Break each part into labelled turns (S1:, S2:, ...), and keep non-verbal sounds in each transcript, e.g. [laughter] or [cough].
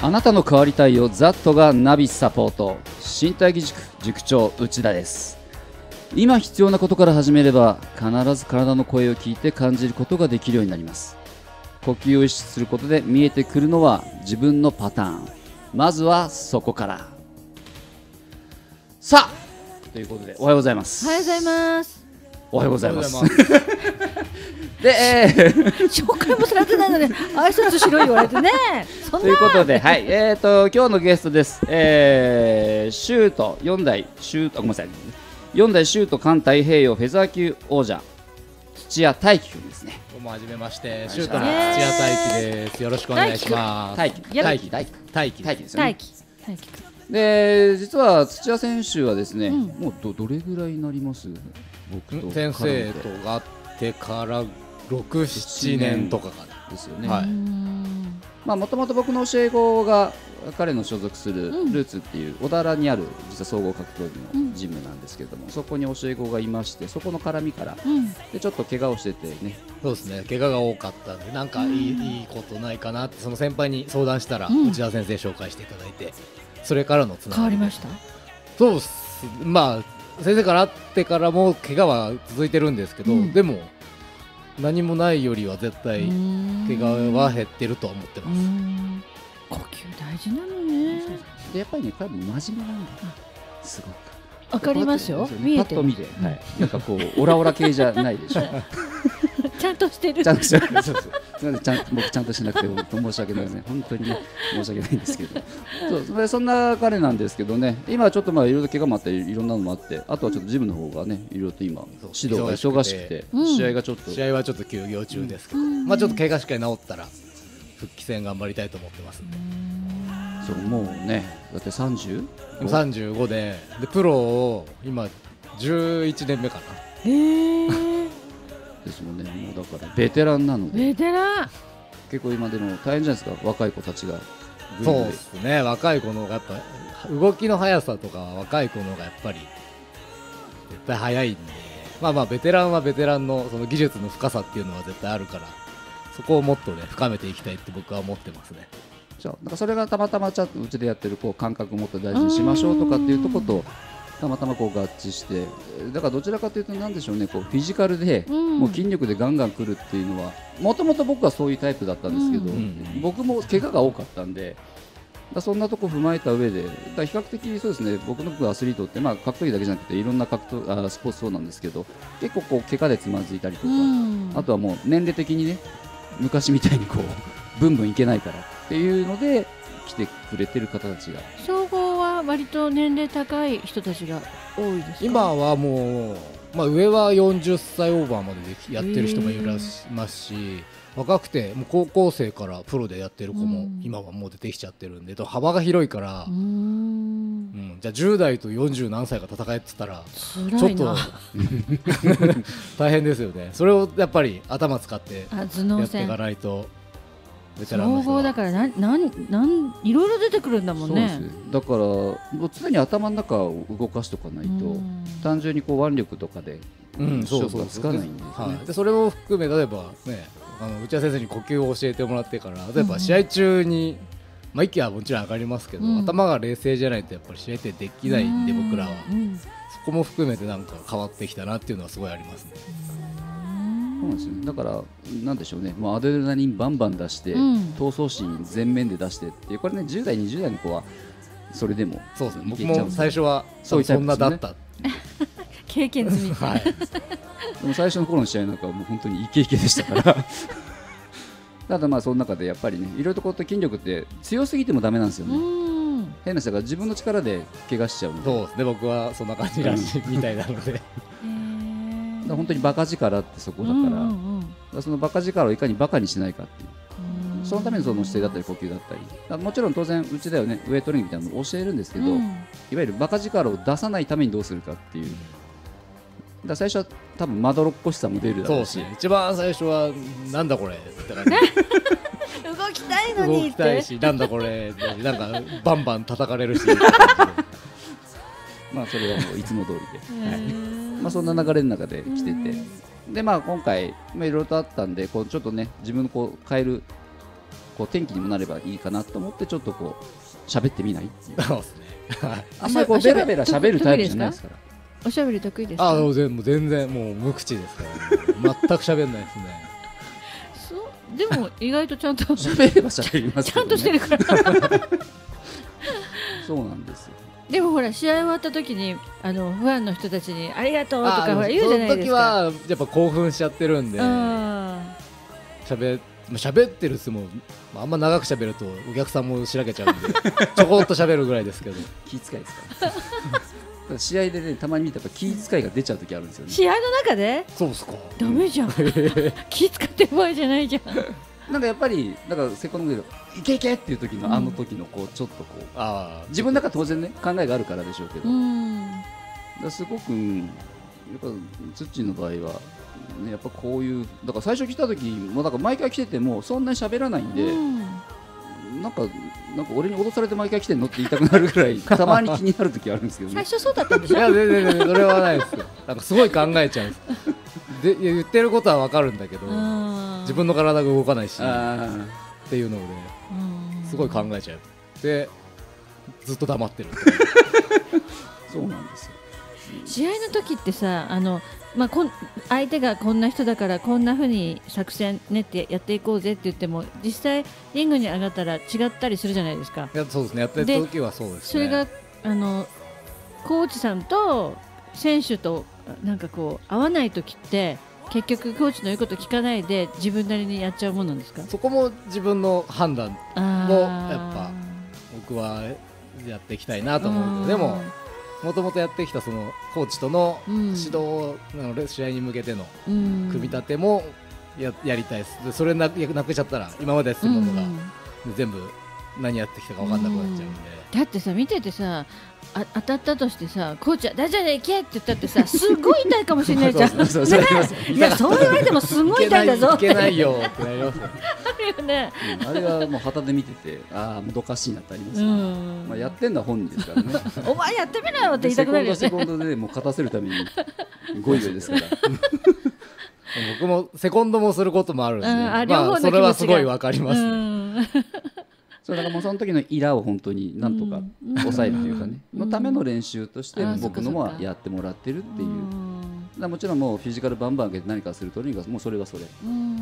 S1: あなたの変わりたいをザットがナビサポート身体義塾塾長内田です今必要なことから始めれば必ず体の声を聞いて感じることができるようになります呼吸を意識することで見えてくるのは自分のパターンまずはそこからさあということでおはようございます
S2: おはようございます。
S1: おはようございます
S3: おはよ
S1: [laughs]
S3: う
S1: で、えー
S2: 紹介もされてないのに、挨拶しろ言われてね。そん
S1: という
S2: な。
S1: ことで、はい、えーと、今日のゲストです。えー、シュート、四代、シュート、あごめんなさい。四代シュート環太平洋フェザー級王者、土屋大輝くんですね。
S3: どうもはじめまして、シュートの土屋大輝です。よろしくお願いします。
S1: 大輝くん。
S2: やだ
S1: 大輝、大輝、
S3: 大輝
S1: 大輝
S3: です
S1: ですよ
S2: 大
S1: ね。
S2: 輝。大輝くん。
S1: で、実は土屋選手はですね、
S2: うん
S1: もうど、どれぐらいになります僕と。
S3: 先生と。がってから六七年とかかな。
S1: ですよね。
S3: はいう
S2: ーん
S1: まあ、もともと僕の教え子が彼の所属する
S2: うん
S1: ルーツっていう小田原にある実は総合格闘技
S2: う
S1: の
S2: ん
S1: ジムなんですけれども、そこに教え子がいましてそこの絡みから
S2: うん。
S1: でちょっと怪我をしててね
S3: そうですね。怪我が多かったんで、なんかいい,、いいことないかなってその先輩に相談したら、
S2: うん
S3: 内田先生紹介していただいて、それからのつながりで
S2: 変わりました。
S3: そうっすまあ先生から会ってからも怪我は続いてるんですけど、
S2: うん
S3: でも何もないよりは絶対怪
S2: 怪
S3: 我は減ってるとは思って
S2: うー
S3: ます、
S2: ん。呼吸大事なのね。
S1: でやっぱりね彼も真面目なんだすごく
S2: わかりますよ
S1: パッ。と
S2: 見えて
S1: パッと
S2: る。
S1: 見て、はい、なんかこうオラオラ系じゃない
S2: [laughs]
S1: でしょ
S2: ちゃんとしてる
S1: ち。ゃんとしなくてそうそうすみませんちゃん僕ちゃんとしなくて本当申し訳ないですね本当にね申し訳ないんですけどそうそれそんな彼なんですけどね今ちょっとまあいろいろ怪我もあっていろんなのもあってあとはちょっとジムの方がねいろいろと今指
S3: そう
S1: 導が忙しくて
S2: 忙しくて
S1: 試合がちょっと、
S3: 試合はちょっと休業中ですけど、
S2: うん
S3: まあちょっと怪我しっかり治ったら復帰戦頑張りたいと思ってます、
S1: そうもうねだって三十
S3: でも35ででプロを今11年目かな
S2: えー。
S1: ですもんねもうだからベテランなので
S2: ベテラン。
S1: 結構今でも大変じゃないですか若い子たちがぐいぐい
S3: そうですね若い子の方がやっぱ動きの速さとかは若い子の方がやっぱり絶対速いんでまあまあベテランはベテランのその技術の深さっていうのは絶対あるからそこをもっとね深めていきたいって僕は思ってますね
S1: そうなんかそれがたまたまちゃんとうちでやってるこう感覚をもっと大事にしましょうとかっていうとことたまたまこう合致してえーだからどちらかというとなんでしょうねこうフィジカルで
S2: うん
S1: もう筋力でガンガン来るっていうのはもともと僕はそういうタイプだったんですけど、
S2: うん
S1: 僕も怪我が多かったんで。だからそんなとこ踏まえた上で、だから比較的そうですね、僕のアスリートって、まあ、格闘技だけじゃなくて、いろんな格闘あスポーツそうなんですけど、結構こう、怪我でつまずいたりとか、
S2: うん。
S1: あとはもう年齢的にね昔みたいにこう [laughs] ブンブンいけないからっていうので来てくれてる方たちが
S2: 総合は割と年齢高い人たちが多いですか
S3: 今はもう、まあ、上は40歳オーバーまでできやってる人もいらしますし若くてもう高校生からプロでやってる子
S2: う
S3: も
S2: ん
S3: 今はもう出てきちゃってるんでと幅が広いから
S2: うー、ん
S3: うん、じゃあ10代と40何歳が戦えって言ったらちょ
S2: 辛
S3: っ
S2: い
S3: と
S2: な
S3: 大変ですよね、それをやっぱり頭使って
S2: あ頭
S3: や
S2: 脳
S3: っていか
S2: 戦
S3: ないと、ベテランの
S2: 総
S3: 人は
S2: 合だからなんなんなんいろいろ出てくるんだもんね
S1: そうですだからもう常に頭の中を動かしとかないと、
S2: うん
S1: 単純にこう腕力とかで
S3: うん、そう
S1: 勝
S3: そ
S1: 負
S3: う
S1: がつかないんですね、
S3: はい、でそれを含め例えばねあの内田先生に呼吸を教えてもらってから例えば試合中に、まあ、息はもちろん上がりますけど、
S2: うん
S3: 頭が冷静じゃないとやっぱり試合ってできないんで僕らは
S2: うん
S3: そこも含めてなんか変わってきたなっていうのはすごいありますね。
S1: そうなんですよねだからなんでしょうねもうアドレナリンバンバン出して、
S2: うん
S1: 闘争心全面で出してっていうこれね10代20代の子はそれでも
S3: そうですね
S1: い
S3: 僕
S1: けちゃうん
S3: も
S1: です
S3: 最初は
S1: そういうタイ
S3: そ
S1: プ
S3: ん
S1: で
S3: な
S1: すね
S3: だった、
S2: 経
S1: [laughs]
S2: 験済み
S3: はい、
S1: でも最初の頃の試合なんかはもう本当にイケイケでしたからただまあその中でやっぱりねいろいろとこうやって筋力って強すぎてもダメなんですよ
S2: う
S1: ね、
S2: ん
S1: 変な人が自分の力で怪我しちゃうので
S3: そうですね僕はそんな感じらしいみたいなので。
S1: だから本当にバカ力ってそこだから,、だからそのバカ力をいかにバカにしないかっていうそのためにその姿勢だったり呼吸だったりだからもちろん当然うちではねウエイトリングみたいなのを教えるんですけど、いわゆるバカ力を出さないためにどうするかっていうだから最初は多分まどろっこしさも出るだ
S3: [laughs] そ
S1: ろ
S3: うで
S1: う
S3: す
S1: し
S3: ね、一番最初は、なんだこれって感じ
S2: 動きたいの
S3: 動
S2: に
S3: き
S2: った
S3: い
S2: て
S3: し、なんだこれ、なんかバンバン叩かれるし、
S1: まあそれはもういつも通りで。
S2: うん
S1: まあ、そんな流れの中で来てて、でまあ、今回、まあ、いろいろとあったんでこうちょっとね自分のこう変えるこう天気にもなればいいかなと思ってちょっとこう喋ってみないっていう
S3: そうです
S1: [laughs]
S3: ね。はい。
S1: あんまりこう
S2: おし
S1: ベ
S2: ゃべ
S1: ラベラ喋るタイプじゃないですから
S2: おしゃべり得意です
S3: あ、
S2: か
S3: もう全もう全然もう無口ですから、もう全く喋んないですね。
S2: そうでも意外とちゃん
S1: [laughs]
S2: とち
S1: 喋れば喋りますけ
S2: ゃ
S1: ど、
S2: ん
S1: ね、
S2: としてるから [laughs]
S1: そうなんですよ
S2: でもほら試合終わった時にあのファンの人たちに [laughs] ありがとうとか
S3: あ
S2: ほら
S3: で
S2: 言う
S3: も
S2: じゃないですか
S3: その時はやっぱ興奮しちゃってるんで、
S2: うん
S3: 喋まあ喋ってるっすもんあんま長く喋るとお客さんもしらけちゃうんで、 [laughs] ちょこっと喋るぐらいですけど。
S1: 気遣いですからだから試合でねたまに見たらやっぱ気遣いが出ちゃう時あるんですよね
S2: 試合の中で
S3: そうですか。
S2: ダ
S3: [laughs]
S2: メじゃん気使ってる場合じゃないじゃん
S1: なんかやっぱりだからセコンドでいけいけっていう時のあの時のこうちょっとこう
S3: ああ、
S1: 自分の中当然ね考えがあるからでしょうけど、だ
S2: うん
S1: からすごく、うんやっぱツッチーの場合は、ね、やっぱこういうだから最初来た時もだから毎回来ててもそんなに喋らないんで、
S2: うん
S1: なんかなんか俺に脅されて毎回来てんのって言いたくなるぐ
S2: [laughs]
S1: らいたまに気になる時あるんですけど
S2: 最
S1: ね
S2: 初そうだったんで
S3: い
S2: しょ
S3: や全然全然それはないですよ。なんかすごい考えちゃうんです。でいや言ってることはわかるんだけど、
S2: うん
S3: [laughs] 自分の体が動かないしっ
S1: あー
S3: ていうので、
S2: うん
S3: すごい考えちゃう。で、ずっと黙ってる。
S1: そうなんです
S2: [laughs]
S1: よ
S2: 試合の時ってさあの、まあ、こん相手がこんな人だからこんなふうに作戦練ってやっていこうぜって言っても実際リングに上がったら違ったりするじゃないですか
S3: いやそうですね。やってる
S2: で
S3: 時はそうですね。
S2: それがあのコーチさんと選手となんかこう合わない時って結局コーチの言うこと聞かないで自分なりにやっちゃうものなんですか
S3: そこも自分の判断もやっぱ僕はやっていきたいなと思うけどでももともとやってきたそのコーチとの
S2: 指
S3: 指導なので試合に向けての
S2: 組
S3: 組み立てもややりたいですでそれなくなくしちゃったら今までやってたものが全部何やってきたか分かんなくなっちゃうんで
S2: だってさ見ててさあ当たったとしてさコーチは「大丈夫だ行け!」って言ったってさすごい痛いかもしれないじゃんね
S1: そうそうそうそうそう
S2: [laughs] いやそう言われてもすごい痛いんだぞ
S3: いけないいけないよってなりますよ
S2: よね
S1: うんあれはもう旗で見ててああもどかしいなってあります
S2: う
S1: よ、
S2: ん
S1: まあ、やってんのは本人ですからね
S2: [laughs] お前やってみろよって言いたくなるよ
S1: セ
S2: ね
S1: コンドセコンドでもう勝たせるために5位です
S2: [laughs]
S1: から
S3: 僕もセコンドもすることもあるんで、
S2: うんあ両方
S3: ま
S2: の
S3: あ、
S2: 気
S3: そ
S2: 持ちが
S3: れはすごい分かります、
S2: うん
S1: そうだからもうその時のイラを本当になんとか
S2: うん
S1: 抑えるというかね、
S2: うん
S1: のための練習として
S2: あー
S1: 僕の
S2: そっかそっ
S1: も
S2: か
S1: はやってもらってるっていうう。
S2: ん
S1: だからもちろんもうフィジカルバンバン上げて何かするとにかくもうそれはそれ、
S2: う
S1: うん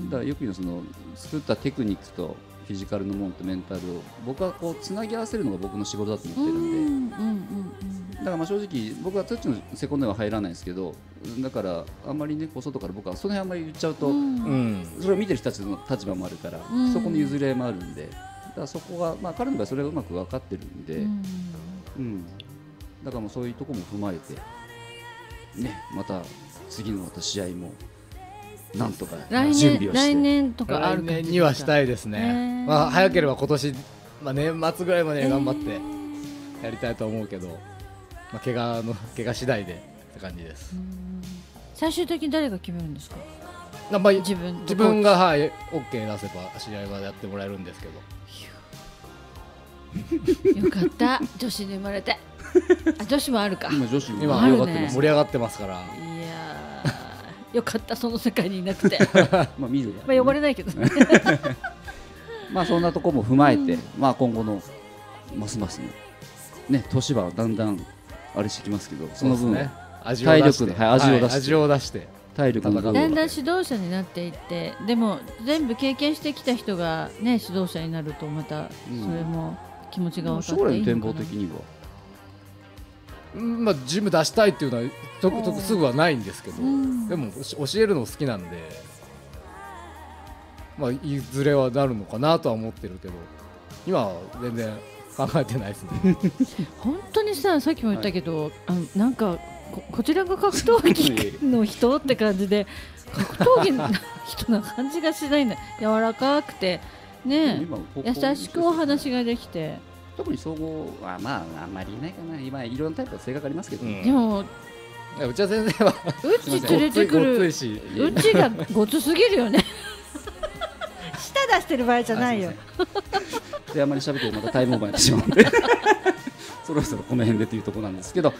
S2: ん
S1: だからよく言うその作ったテクニックとフィジカルのものとメンタルを僕はこうつなぎ合わせるのが僕の仕事だと思ってるんで、
S2: うんうん
S1: だからまあ正直僕はどっちのセコンドには入らないですけどだからあんまりねこう外から僕はその辺あんまり言っちゃうと、
S2: うん
S3: う
S2: うん
S3: ん
S1: それを見てる人たちの立場もあるから、
S2: ん
S1: そこの譲り合いもあるんでだからそこが、まあ、彼の場合それがうまく分かってるんで、
S2: うん
S1: うん、だからもうそういうとこも踏まえて、ね、また次のまた試合もなんとか
S2: 来
S1: 準備
S2: 年
S1: をして
S2: 来年とかあ
S3: 来
S2: る
S3: 年にはした
S2: い
S3: いですね
S2: ね、
S3: まあ、早ければ今年、まあ、年末ぐらいまでに頑張って、
S2: うん
S3: やりたいと思うけど、まあ、怪我の怪我次第でって感じです。
S2: 最終的に誰が決めるんですか
S3: あまあ、
S2: 自分
S3: 自分がはい OK 出せば試合はやってもらえるんですけど、
S2: よかった女子に生まれてあ女子もあるかい
S1: 今女子も
S3: 今
S1: 盛り上がってます、
S3: 盛り上がってますから、
S2: やーよかったその世界にいなくて
S1: まあ見るが
S2: まあ呼ばれないけどね
S1: まあそんなとこも踏まえて、まあ今後のますますのね年はだんだんあれしてきますけど、その
S3: そう
S1: 分、
S3: ですね、味を出
S1: 体
S3: して、
S1: 力はい味を出して
S3: 味を出して、
S1: 体力の部
S2: だ
S1: 分
S2: ん
S1: は
S2: だん指導者になっていってでも全部経験してきた人がね指導者になるとまた
S1: うん
S2: それも気持ちが分かっ
S1: 将
S2: て
S1: 来
S2: いい
S1: の展望
S2: のか
S1: 的
S2: な
S1: には、
S3: うんまあジム出したいっていうのはとくとくすぐはないんですけど
S2: うん、
S3: でも教教えるの好きなんで、まあいずれはなるのかなとは思ってるけど、今は全然考えてないですね。
S2: [laughs] 本当にささっきも言ったけど、あのなんかここちらが格闘技の人って感
S3: [laughs]
S2: じで格闘技の人な感じがしないんだ柔らかくてね
S1: 今高校
S2: 優しくお話ができて
S1: 特に総合はまああんまりいないかな今いろんなタイプの性格ありますけど、
S3: うん
S2: でもう
S3: いや内田先生は
S2: ち連れてく
S3: ごっついごっつ
S2: る
S3: いし
S2: うちがごつすぎるよね舌出してる場合じゃないよ
S1: あ。すいませんであまり喋ってるとまたタイムオーバーになってしまうん
S3: [laughs]
S1: でそろそろこの辺でというところなんですけど、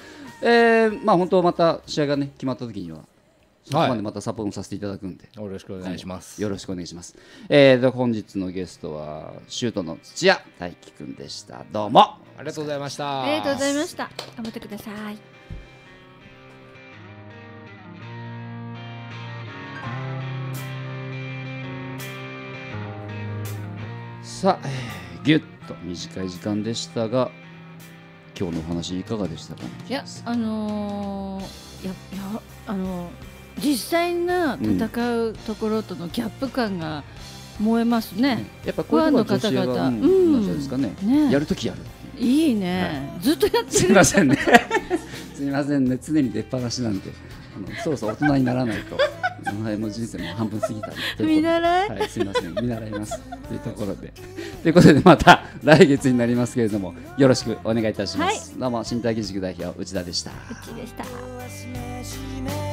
S1: えーまあ本当また試合がね決まった時にはそこまでまたサポートさせていただくんで、
S3: よろしくお願いします。
S1: よろしくお願いします。えー、で本日のゲストはシュートの土屋大輝くんでした。どうも。
S3: ありがとうございました。
S2: ありがとうございました頑張ってください
S1: さあ、えーぎゅっと短い時間でしたが、今日のお話いかがでしたか、ね。
S2: いやあのー、やいやあのー実際な戦うところとのギャップ感が燃えますね、
S1: やっぱこういうのが女子屋が、うん、なんじゃないですかね。
S2: ね
S1: やるときやる。
S2: いいね、ずっとやって
S1: す
S2: る
S1: み
S2: [laughs]
S1: ませんね。 [laughs] すみませんね。常に出っ放しなんで、あのそろそろ大人にならないと、その辺も人生も半分過ぎたりということで
S2: 見習い
S1: はい、すみません。見習います。というところで、ということでまた来月になりますけれども、よろしくお願いいたします。どうも身体義塾代表内田でした。
S2: うちでし
S4: 「
S2: た
S4: しめしめ」